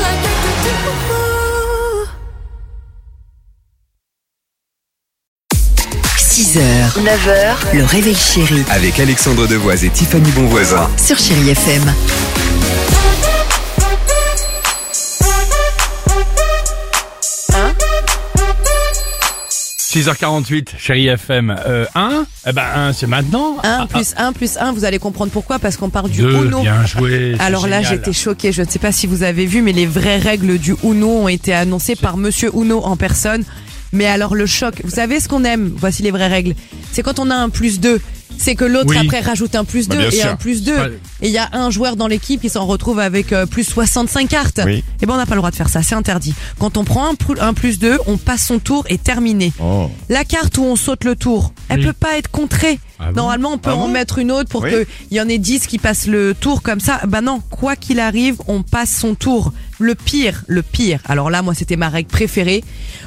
like do, do, do, do. 6h, 9h, le réveil chéri Avec Alexandre Devoise et Tiffany Bonvoisin. sur Chérie FM. Ah. Hein 6h48, chérie FM. 1 Eh ben 1, c'est maintenant. 1 plus 1 plus 1, vous allez comprendre pourquoi, parce qu'on parle du 2, Uno. bien joué. c'est Alors là, génial. j'étais choquée. Je ne sais pas si vous avez vu, mais les vraies règles du Uno ont été annoncées par Monsieur Uno en personne. Mais alors le choc, vous savez ce qu'on aime Voici les vraies règles. C'est quand on a un plus 2, c'est que l'autre Oui. Bah, après rajoute un plus 2 bien et sûr. un plus 2. pas- Et il y a un joueur dans l'équipe qui s'en retrouve avec euh, plus 65 cartes. Oui. Et ben on n'a pas le droit de faire ça, c'est interdit. Quand on prend un, pr- un plus 2, on passe son tour et terminé. Oh. La carte où on saute le tour, elle Oui. peut pas être contrée. Ah bon Normalement, on peut Ah en bon mettre une autre pour Oui. que qu'il y en ait 10 qui passent le tour comme ça. Bah non, quoi qu'il arrive, on passe son tour. Le pire, le pire. Alors là, moi, c'était ma règle préférée.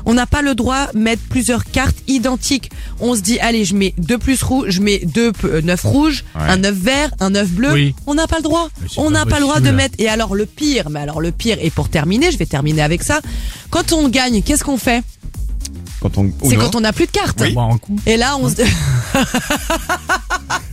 On n'a pas le droit de mettre plusieurs cartes identiques. On se dit, allez, je mets deux plus rouges, je mets deux p- euh, neuf rouges, un neuf vert, un neuf bleu. Oui. On n'a pas le droit. Mais c'est On pas n'a pas le droit de possible. mettre. Et alors le pire, mais alors le pire. Et pour terminer, je vais terminer avec ça. Quand on gagne, qu'est-ce qu'on fait Quand on. C'est quand on n'a plus de cartes. On boit un coup. Et là, on se...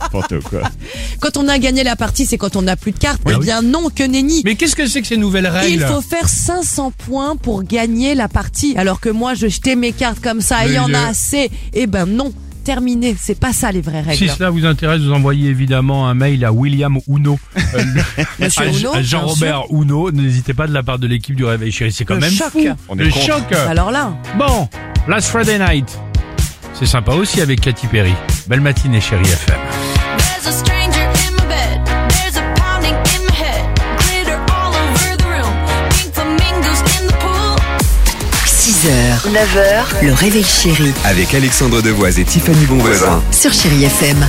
N'importe quoi. quand on a gagné la partie, c'est quand on n'a plus de cartes. Oui. Eh bien non, que nenni. Mais qu'est-ce que c'est que ces nouvelles Il règles faut faire 500 points pour gagner la partie. Alors que moi, je jetais mes cartes comme ça, il Mais y en le- a assez. Eh ben non, terminé. C'est pas ça les vraies Si règles. cela vous intéresse, vous envoyez évidemment un mail à William Uno. euh, le- Monsieur à- Uno, à bien Jean-Robert Uno. N'hésitez pas de la part de l'équipe du Réveil Chéri. C'est quand Le même choc. fou. On est Le contre. choc. Alors là, Bon, Last Friday Night. C'est sympa aussi avec Katy Perry. Belle matinée, chérie FM. There's a stranger in my bed. There's a pounding in my head. Glitter all over the room. Pink flamingos in the pool. 6h, 9h, le réveil chéri Avec Alexandre Devoise et Tiffany Bonvoisin. sur Chérie FM.